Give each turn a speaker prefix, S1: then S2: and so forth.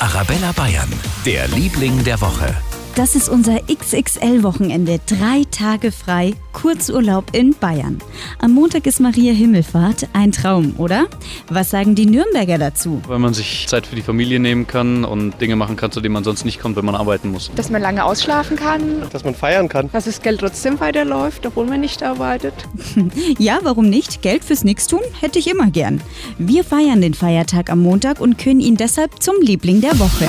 S1: Arabella Bayern, der Liebling der Woche.
S2: Das ist unser XXL-Wochenende. Drei Tage frei, Kurzurlaub in Bayern. Am Montag ist Maria Himmelfahrt. Ein Traum, oder? Was sagen die Nürnberger dazu?
S3: Weil man sich Zeit für die Familie nehmen kann und Dinge machen kann, zu denen man sonst nicht kommt, wenn man arbeiten muss.
S4: dass man lange ausschlafen kann,
S5: dass man feiern kann.
S4: dass das Geld trotzdem weiterläuft, obwohl man nicht arbeitet.
S2: Ja, warum nicht? Geld fürs Nixtun hätte ich immer gern. Wir feiern den Feiertag am Montag und können ihn deshalb zum Liebling der Woche.